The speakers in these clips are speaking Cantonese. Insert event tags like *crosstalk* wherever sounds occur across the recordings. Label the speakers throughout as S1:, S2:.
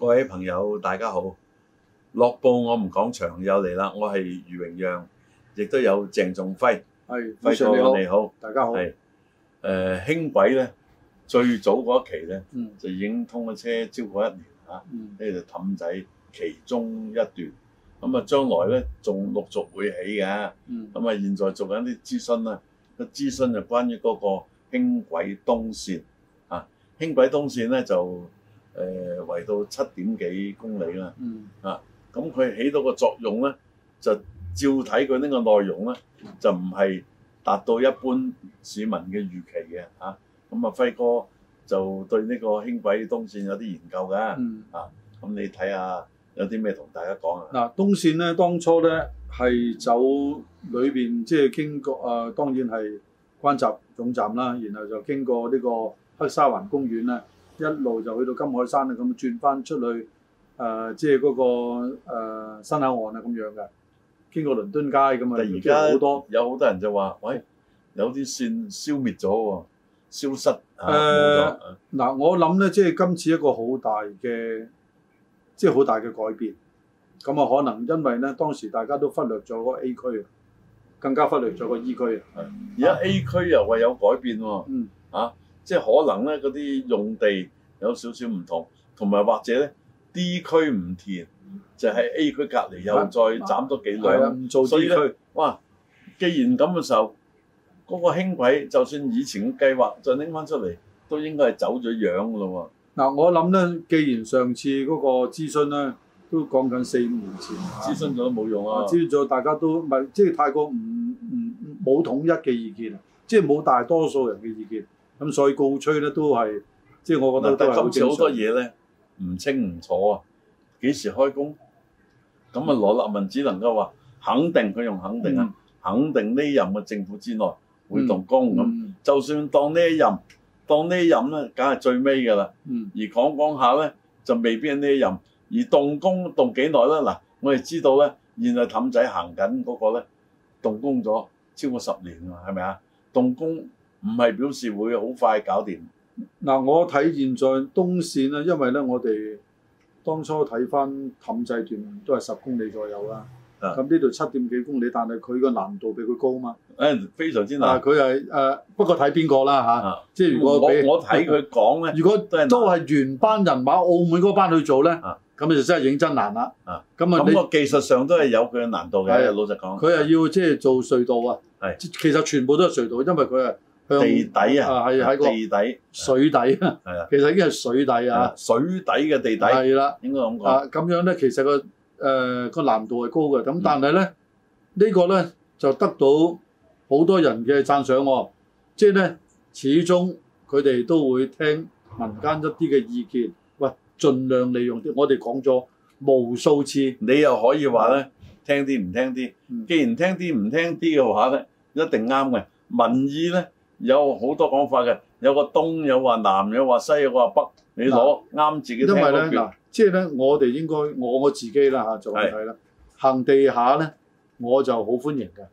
S1: 位朋友，大家好！樂報我唔講場又嚟啦，我係余榮讓，亦都有鄭仲輝。
S2: 係，非常
S1: 輝哥你好，
S2: 大家好。
S1: 係誒、輕軌咧，最早嗰一期咧
S2: 嗯
S1: 就已經通咗車超過一年嚇，呢、
S2: 嗯，
S1: 就氹仔其中一段。咁啊，將來咧仲陸續會起嘅。
S2: 嗯，
S1: 咁啊，現在做緊啲諮詢啦，個諮詢就關於嗰個輕軌東線啊，輕軌東線咧就誒圍到七點幾公里啦。
S2: 嗯，
S1: 咁佢起到個作用咧，就照睇佢呢個內容咧，就唔係達到一般市民嘅預期嘅嚇。啊咁啊，輝哥就對呢個輕軌東線有啲研究㗎。
S2: 嗯。
S1: 咁你睇下有啲咩同大家講啊？
S2: 嗱，東線咧，當初咧係走裏邊，即係經過啊、當然係關閘總站啦，然後就經過呢個黑沙環公園咧，一路就去到金海山啦，咁轉翻出去誒、呃即係嗰、個、呃、新口岸啊咁樣嘅，經過倫敦街咁啊，
S1: 但而
S2: 即係好
S1: 家
S2: 多
S1: 有好多人就話：喂，有啲線消滅咗喎，消失啊！
S2: 誒
S1: 冇咗
S2: 嗱，我諗咧，即係今次一個好大嘅，即係好大嘅改變。咁啊，可能因為咧，當時大家都忽略咗個 A 區啊，更加忽略咗個 E 區啊。
S1: 而家 A 區又話有改變喎，啊
S2: 嗯，
S1: 即係可能咧嗰啲用地有少少唔同，同埋或者咧 D 區唔填，就係、A 區隔離又再斬多幾
S2: 嗯啊係啊，
S1: 兩。
S2: 唔做
S1: 所
S2: D
S1: 以呢
S2: 區，
S1: 哇！既然咁嘅時候，嗰、個輕軌就算以前嘅計劃再拎翻出嚟，都應該係走咗樣㗎咯
S2: 嗱，我諗咧，既然上次嗰個諮詢咧，都講緊四五年前，
S1: 喎，諮詢咗都冇用啊
S2: 啊，。知咗大家都唔係，即係太過唔唔冇統一嘅意見，啊即係冇大多數人嘅意見，咁所以告吹咧都係，即係我覺得
S1: 嗱，
S2: 都
S1: 但
S2: 係
S1: 係
S2: 好
S1: 今
S2: 正
S1: 次
S2: 常。
S1: 好多嘢咧唔清唔楚啊，幾時開工？咁啊，羅立文只能夠話肯定，佢用肯定啊，
S2: 嗯
S1: 肯定呢任嘅政府之內會動工咁。
S2: 嗯
S1: 就算當呢一任，當呢一任咧，梗係最尾㗎啦。
S2: 嗯。
S1: 而講講下咧，就未必係呢一任。而動工動幾耐咧？嗱，我哋知道咧，現在氹仔行緊嗰個咧，動工咗超過十年啊，係咪啊？動工唔係表示會好快搞掂。
S2: 嗱，我睇現在東線咧，因為咧我哋當初睇翻氹仔段都係十公里左右啦。
S1: 啊
S2: 咁呢度七點幾公里，但係佢個難度比佢高嘛。
S1: 誒、非常之
S2: 嗱，
S1: 難。
S2: 佢係誒，不過睇邊個啦嚇。
S1: 啊
S2: 即係如
S1: 我
S2: 果俾
S1: 我睇，佢講
S2: *laughs*
S1: 咧，
S2: 如果
S1: 係難
S2: 都係原班人馬，澳門嗰班去做咧，
S1: 啊
S2: 咁就真係認真難啦
S1: 啊。
S2: 咁啊，
S1: 咁
S2: 你
S1: 個技術上都係有佢嘅難度嘅。
S2: 係啊
S1: 老實講，
S2: 佢係要即係做隧道啊。
S1: 係
S2: 其實全部都係隧道，因為佢係向
S1: 地底啊，
S2: 係喺個
S1: 地底
S2: 水底啊。
S1: 係啊
S2: 其實已經係水底啊。
S1: 啊，水底嘅地底，
S2: 係啦。
S1: 應該咁講。
S2: 啊，咁樣咧，其實個誒個難度係高嘅，
S1: 嗯
S2: 咁但係咧呢個咧就得到好多人嘅讚賞喎，即係咧始終佢哋都會聽民間一啲嘅意見，喂，盡量利用啲，我哋講咗無數次，
S1: 你又可以話咧，聽啲唔聽啲。
S2: 嗯
S1: 既然聽啲唔聽啲嘅話咧，一定啱嘅。民意咧有好多講法嘅，有個東，有話南，有話西，有話北。你攞啱自己
S2: 因
S1: 聽
S2: 為咧
S1: 嗰
S2: 嗱
S1: 橛，，
S2: 即係咧我哋應該我我自己啦嚇就咁睇啦，行地下咧我就好歡迎嘅，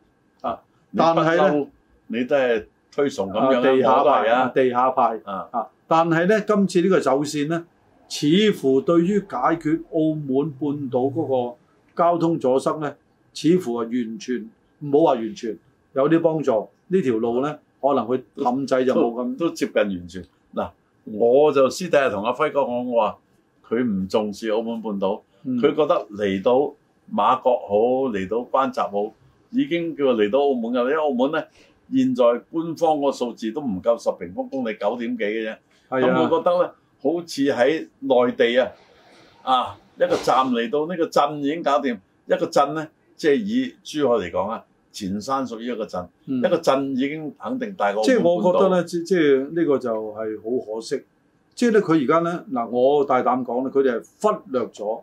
S1: 你
S2: 但係呢
S1: 不嬲你都係推崇咁樣
S2: 啊地
S1: 啦
S2: 下
S1: 我都係
S2: 派啊
S1: 啊。
S2: 地下派。
S1: 啊，
S2: 啊！但係咧，今次呢個走線咧，似乎對於解決澳門半島嗰個交通阻塞咧，似乎係完全唔好話完全有啲幫助。呢條路咧，可能佢氹仔就冇咁
S1: 都接近完全。嗱，我就私底下同阿輝哥講，我話佢唔重視澳門半島，
S2: 嗯
S1: 佢、覺得嚟到馬國好，嚟到關閘好，已經叫嚟到澳門㗎啦。因為澳門咧，現在官方個數字都唔夠十平方公里，九點幾嘅啫。
S2: 係
S1: 咁
S2: 啊
S1: 我覺得咧，好似喺內地啊，啊一個站嚟到呢個鎮已經搞掂，一個鎮咧，即係以珠海嚟講啊，前山屬於一個鎮，
S2: 嗯
S1: 一個鎮已經肯定大過澳門
S2: 即係我
S1: 半
S2: 覺
S1: 島
S2: 得咧，即即係呢個就係好可惜。即係咧，佢而家咧嗱，我大膽講咧，佢哋係忽略咗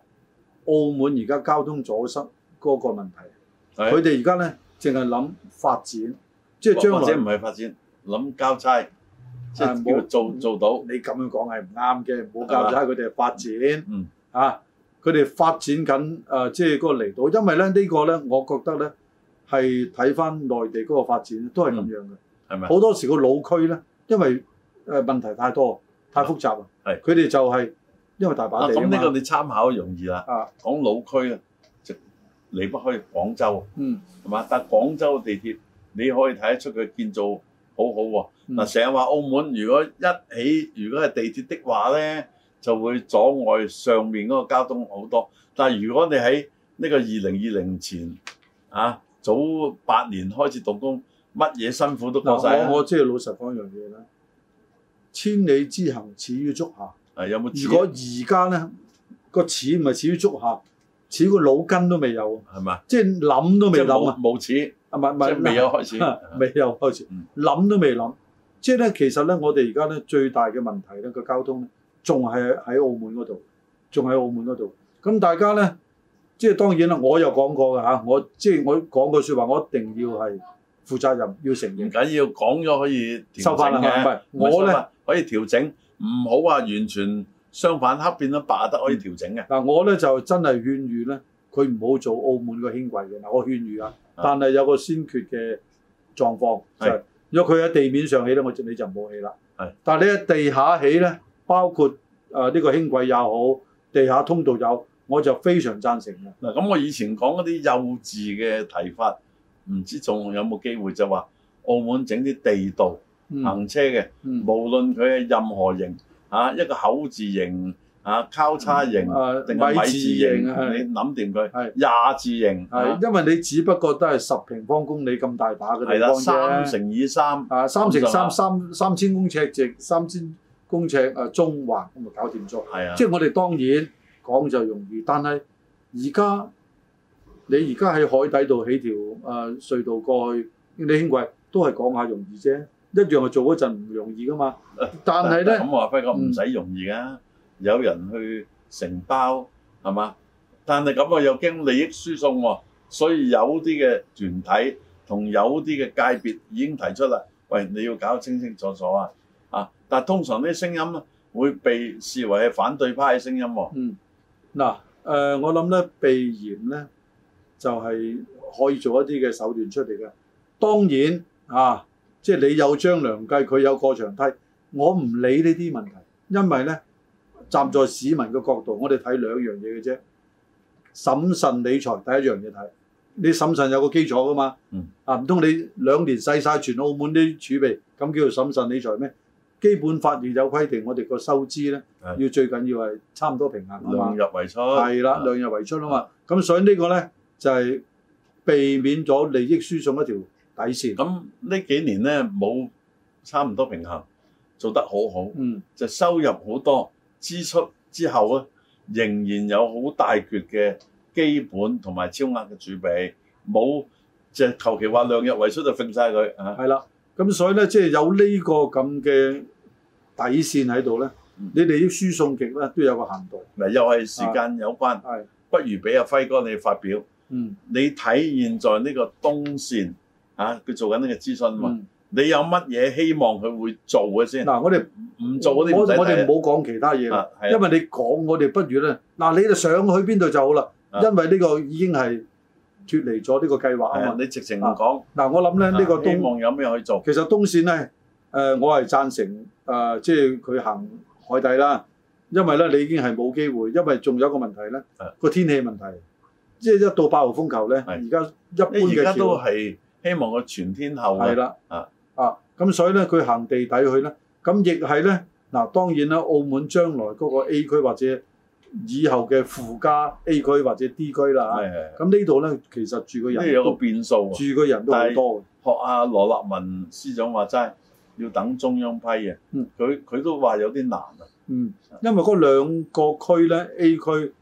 S2: 澳門而家交通阻塞嗰個問題。
S1: 係啊
S2: 佢哋而家咧淨係諗發展，即係
S1: 或
S2: 將
S1: 或
S2: 來
S1: 者。唔係發展，諗交差，即
S2: 啊
S1: 係
S2: 冇
S1: 叫做做到。
S2: 你咁樣講係唔啱嘅，唔好教晒佢哋發展。
S1: 嗯，
S2: 啊，佢哋發展緊誒、呃即係嗰個離島，因為咧呢、呢個咧，我覺得咧係睇翻內地嗰個發展都係
S1: 嗯
S2: 咁樣嘅。
S1: 係咪？
S2: 好、多時個老區咧，因為誒、呃、問題太多、太複雜啊，
S1: 係
S2: 佢哋就係因為大把
S1: 啊，
S2: 地啊
S1: 咁呢個
S2: 嘛。
S1: 你參考容易啦。
S2: 啊，
S1: 講老區啊，就離不開廣州，
S2: 嗯，
S1: 係嘛？但廣州地鐵你可以睇得出佢建造好好喎。
S2: 嗯
S1: 嗱，成日話澳門如果一起，如果係地鐵的話咧，就會阻礙上面嗰個交通好多。但係如果你喺呢個二零二零前啊，早八年開始動工，乜嘢辛苦都過晒
S2: 嗱，我
S1: 啦。
S2: 我即係老實講一樣嘢啦，千里之行，始於足下。
S1: 啊，有冇
S2: 如果
S1: 錢
S2: 而家咧個始唔係始於足下，始個腦筋都未有，啊
S1: 係嘛？
S2: 即係諗都
S1: 即係
S2: 未諗
S1: 冇
S2: 啊！
S1: 冇錢，
S2: 啊，唔係唔
S1: 即係
S2: 係
S1: 未有開始。
S2: *laughs* 未有開始
S1: 嗯
S2: 諗都未諗。即係咧，其實咧，我哋而家咧最大嘅問題咧，個交通咧，仲係喺澳門嗰度，仲喺澳門嗰度。咁大家咧，即係當然啦，我有講過㗎嚇，我即係我講句説話，我一定要係負責任，要承
S1: 唔
S2: 認。
S1: 緊要，講咗可以調
S2: 收翻啦，
S1: 整
S2: 唔係唔
S1: 嘅。
S2: 係
S1: 唔係
S2: 我
S1: 收
S2: 咧。
S1: 翻可以調整，唔好話完全相反黑變咗白得可以調整嘅。
S2: 嗱，我咧就真係勸喻咧，佢唔好做澳門個輕軌嘅。嗱，我勸喻啊，
S1: 啊
S2: 但係有個先決嘅狀況就係、
S1: 係
S2: 如果佢喺地面上起咧，我就你就唔好起啦。
S1: 係，
S2: 但係你喺地下起咧，包括誒呃呢、個輕軌也好，地下通道有，我就非常贊成嘅。
S1: 嗱，咁我以前講嗰啲幼稚嘅提法，唔知仲有冇機會就話澳門整啲地道
S2: 嗯
S1: 行車嘅，
S2: 嗯，
S1: 無論佢係任何型啊，一個口字形啊、交叉形
S2: 誒
S1: 定係米字形，
S2: 嗯啊係
S1: 你諗掂佢
S2: 係
S1: 廿字形啊
S2: 係因為你只不過都係十平方公里咁大把嘅
S1: 係
S2: 地
S1: 啦，
S2: 方啫。
S1: 三乘以三
S2: 啊，三乘
S1: 咁上下
S2: 三三三千公尺直，三千公尺誒、中環咁就搞掂咗。
S1: 係啊
S2: 即，係我哋當然講就容易，但係而家你而家喺海底度起條誒、呃隧道過去，你輕軌都係講下容易啫，一樣係做嗰陣唔容易
S1: *laughs*
S2: 噶嘛。但係咧，
S1: 咁我話輝哥唔使容易噶，有人去承包係嘛？但係咁我啊又驚利益輸送喎，所以有啲嘅團體同有啲嘅界別已經提出啦，喂，你要搞清清楚楚啊！啊，但係通常啲聲音咧啊會被視為係反對派嘅聲音喎，
S2: 嗯，嗱誒、呃我諗咧避嫌咧就係、可以做一啲嘅手段出嚟嘅。當然啊，即係你有張良計，佢有過牆梯，我唔理呢啲問題，因為咧站在市民嘅角度，我哋睇兩樣嘢嘅啫。審慎理財第一樣嘢睇，你審慎有個基礎噶嘛？
S1: 嗯、
S2: 啊，唔通你兩年使晒全澳門啲儲備，咁叫做審慎理財咩？基本法亦有規定，我哋個收支咧
S1: 係
S2: 要最緊要係差唔多平衡啊嘛
S1: 量。入為出，
S2: 係啦，
S1: 啊
S2: 量入為出啊嘛。咁所以呢個咧就係、避免咗利益輸送一條底線。
S1: 咁呢幾年咧冇差唔多平衡，做得好好。
S2: 嗯，
S1: 就收入好多，支出之後咧，仍然有好大橛嘅基本同埋超額嘅儲備，冇就係求其話量入為出就揈晒佢啊！
S2: 係啦。咁所以咧，即係有呢個咁嘅底線喺度咧
S1: 嗯，
S2: 你利益輸送極咧都有個限度。
S1: 嗱，又係時間有關，
S2: 係，
S1: 不如俾阿輝哥你發表，
S2: 嗯，
S1: 你睇現在呢個東線啊，佢做緊呢個諮詢嘛，
S2: 嗯
S1: 你有乜嘢希望佢會做嘅先？
S2: 嗱，我哋
S1: 唔做嗰啲
S2: 我
S1: 唔使
S2: 我
S1: 睇
S2: 哋唔好講其他嘢啦，
S1: 啊，係
S2: 因
S1: 啊，
S2: 為你講我哋不如咧，嗱，你就上去邊度就好啦，
S1: 啊
S2: 因為呢個已經係脱離咗呢個計劃
S1: 係
S2: 啊
S1: 啊
S2: 嘛。
S1: 你直情唔講，啊
S2: 嗱，我諗咧呢個
S1: 希
S2: 東
S1: 望有咩可以做？
S2: 其實東線咧，誒、我係贊成誒、即係佢行海底啦，因為咧你已經係冇機會，因為仲有一個問題咧
S1: 係，
S2: 個天氣問題，即係一到八號風球咧，
S1: 啊係
S2: 而家一般
S1: 因為而
S2: 嘅
S1: 家都
S2: 橋
S1: 係希望佢全天候
S2: 係
S1: 嘅。
S2: 啦，
S1: 啊
S2: 啊，咁所以咧佢行地底去咧，咁亦係咧嗱，當然啦，澳門將來嗰個 A 區或者以後嘅附加 A 區或者 D 區啦
S1: 係係，
S2: 嚇咁呢度咧其實住個
S1: 呢
S2: 人
S1: 有個
S2: 都
S1: 變數啊！
S2: 住個人都好多嘅，
S1: 學阿羅立文司長話齋，要等中央批嘅
S2: 嗯。
S1: 佢佢都話有啲難啊。
S2: 嗯，因為嗰兩個區咧，A 區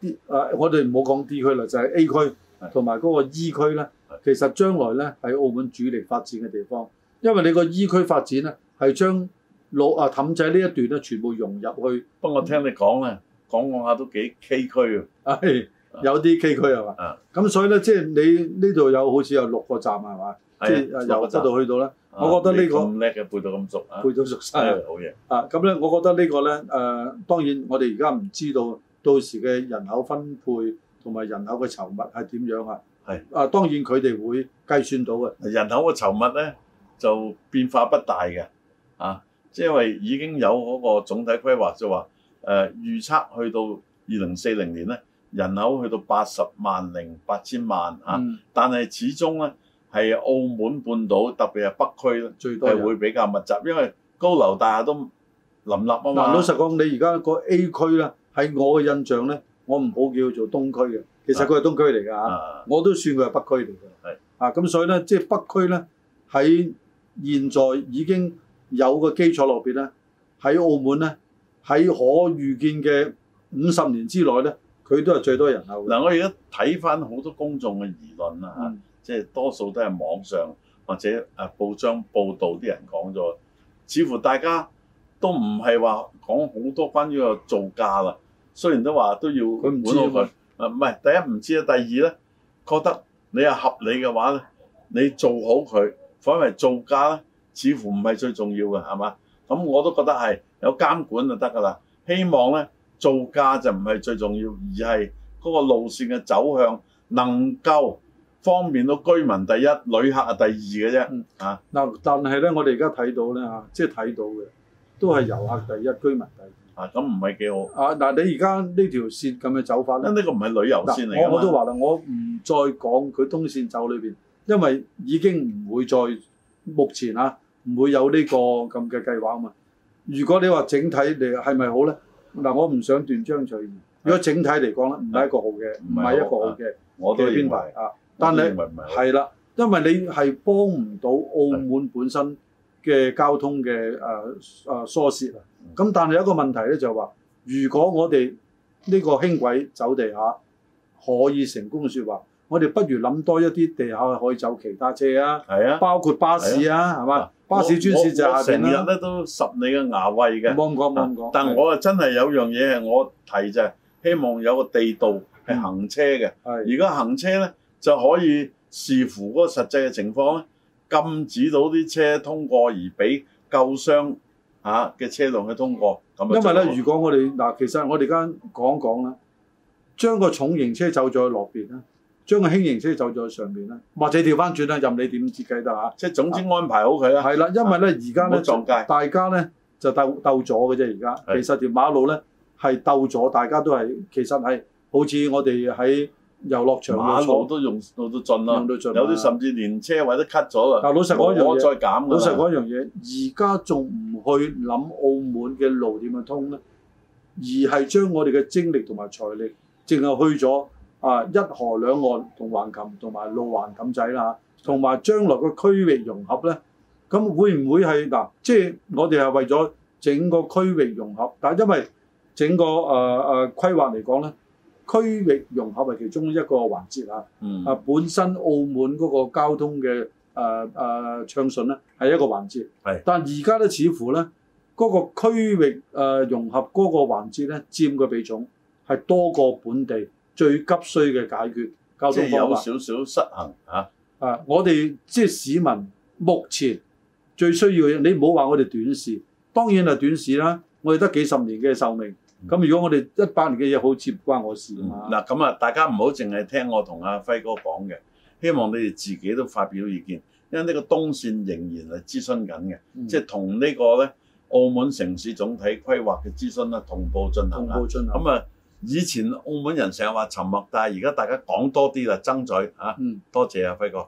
S2: 啲啊，我哋唔好講 D 區啦，就係、A 區
S1: 係
S2: 同埋嗰個 E 區咧
S1: 係，
S2: 其實將來咧係澳門主力發展嘅地方，因為你個 E 區發展咧係將老啊氹仔呢一段咧全部融入去， *laughs*
S1: 不過我聽你講
S2: 嗯
S1: 咧，講講下都幾崎嶇啊。
S2: 係有啲 K 區係嘛
S1: 啊？
S2: 咁所以咧，即係你呢度有好似有六個站係嘛？即係
S1: 係啊
S2: 由嗰，度去到咧，
S1: 啊
S2: 我覺得呢個
S1: 你咁叻嘅背到咁熟啊，
S2: 背到熟晒啦。
S1: 係好嘢。
S2: 啊，咁咧，我覺得呢個咧，誒、當然我哋而家唔知道到時嘅人口分配同埋人口嘅稠密係點樣啊？
S1: 係
S2: 啊，當然佢哋會計算到嘅。
S1: 人口嘅稠密咧就變化不大嘅啊，即係因為已經有嗰個總體規劃就話誒預測去到二零四零年咧，人口去到八十萬零八千萬啊嚇，
S2: 嗯，
S1: 但係始終咧係澳門半島特別係北區咧
S2: 最多人
S1: 係會比較密集，因為高樓大廈都林立啊
S2: 嗱，老
S1: 嘛。
S2: 實講，你而家個 A 區咧，喺我嘅印象咧，我唔好叫佢做東區嘅，其實佢係東區嚟㗎嚇，
S1: 啊，
S2: 我都算佢係北區嚟嘅。
S1: 係
S2: 啊，咁所以咧，即係北區咧，喺現在已經有個基礎落邊咧，喺澳門咧，喺可預見嘅五十年之內咧，佢都係最多人口嘅。
S1: 嗱，我而家睇翻好多公眾嘅議論啦嚇。
S2: 嗯
S1: 即係多數都係網上或者誒報章報導啲人講咗，似乎大家都唔係話講好多關於個造價啦。雖然都話都要
S2: 佢
S1: 管
S2: 唔知
S1: 好
S2: 啊
S1: 佢，啊唔係第一唔知啊，第二咧覺得你係合理嘅話咧，你做好佢，反為造價咧，似乎唔係最重要嘅，係嘛？咁我都覺得係有監管就得㗎啦。希望咧造價就唔係最重要，而係嗰個路線嘅走向能夠方便到居民第一，旅客係第二嘅啫。
S2: 嗯
S1: 啊，
S2: 嗱，但係咧，我哋而家睇到咧嚇，即係睇到嘅，都係遊客第一，居民第二。
S1: 啊咁唔係幾好，
S2: 啊，嗱，你而家呢條線咁嘅走法咧
S1: 因？為呢個唔係旅遊線嚟㗎
S2: 嗱，
S1: 嘛
S2: 我我都話啦，我唔再講佢東線走裏邊，因為已經唔會再目前啊，唔會有呢個咁嘅計劃啊嘛。如果你話整體嚟係咪好咧？
S1: 嗯
S2: 嗱，我唔想斷章取義。如果整體嚟講咧，唔係一個好嘅，唔
S1: 唔係好
S2: 係一個好嘅
S1: 我都
S2: 嘅
S1: 認
S2: 編
S1: 為
S2: 排，啊。
S1: 我
S2: 但
S1: 都
S2: 係
S1: 認為唔係好。
S2: 係啦，因為你係幫唔到澳門本身嘅交通嘅誒誒疏泄啊。
S1: 嗯
S2: 咁但係有一個問題咧，就係話，如果我哋呢個輕軌走地下可以成功説話，我哋不如諗多一啲地下可以走其他車啊，
S1: 係啊，
S2: 包括巴士啊，係嘛？巴士專線就
S1: 我我
S2: 下
S1: 我成
S2: 邊
S1: 日
S2: 啦。
S1: 咧都十你嘅牙慧嘅。
S2: 冇咁講，冇咁講。
S1: 但
S2: 係
S1: 我啊真係有樣嘢係我提就係希望有個地道係行車嘅。
S2: 嗯係
S1: 而家行車咧就可以視乎嗰個實際嘅情況咧，禁止到啲車通過而俾救傷嚇嘅車輛去通過。咁啊
S2: 因為
S1: 最好
S2: 咧，如果我哋嗱，其實我哋而家講一講啦，將個重型車走咗去落邊啦，將個輕型車走咗去上邊啦，或者調翻轉啦，任你點設計得嚇。
S1: 即係總之安排好佢啦。
S2: 係啦，因為咧而家
S1: 唔好
S2: 咧
S1: 撞街
S2: 大家咧就鬥鬥咗嘅啫，而家
S1: 係
S2: 其實條馬路咧係鬥咗，大家都係其實係好似我哋喺遊樂場
S1: 馬
S2: 度
S1: 路
S2: 坐。
S1: 都用到到盡啦
S2: 用到盡，啦
S1: 有啲甚至連車位都 cut 咗啦。
S2: 但老實講一樣嘢
S1: 我再減
S2: 老實
S1: 㗎啦。
S2: 講一樣嘢，而家仲唔去諗澳門嘅路點樣通咧，而係將我哋嘅精力同埋財力，淨係去咗啊一河兩岸同橫琴同埋路環咁仔啦，同埋將來個區域融合咧，咁會唔會係嗱？即係我哋係為咗整個區域融合，但係因為整個誒誒、呃呃、規劃嚟講咧，區域融合係其中一個環節啊。
S1: 嗯
S2: 啊，本身澳門嗰個交通嘅誒誒暢順咧係一個環節，
S1: 係
S2: 但而家咧似乎咧嗰、個區域誒、呃融合嗰個環節咧佔嘅比重係多過本地最急需嘅解決交
S1: 即
S2: 通
S1: 係有
S2: 方法。
S1: 少少失衡嚇。
S2: 啊，我哋即係市民目前最需要嘅嘢，你唔好話我哋短視，當然係短視啦。我哋得幾十年嘅壽命，咁如果我哋一百年嘅嘢好似唔關我事啊嘛。
S1: 嗯嗱咁啊，大家唔好淨係聽我同阿輝哥講嘅，希望你哋自己都發表意見，因為呢個東線仍然係諮詢緊嘅，
S2: 嗯
S1: 即係同呢個咧澳門城市總體規劃嘅諮詢啦同步進行
S2: 同
S1: 啊。
S2: 步進行。
S1: 咁啊，以前澳門人成日話沉默，但係而家大家講多啲啦，爭取啊！
S2: 嗯
S1: 多謝啊，輝哥。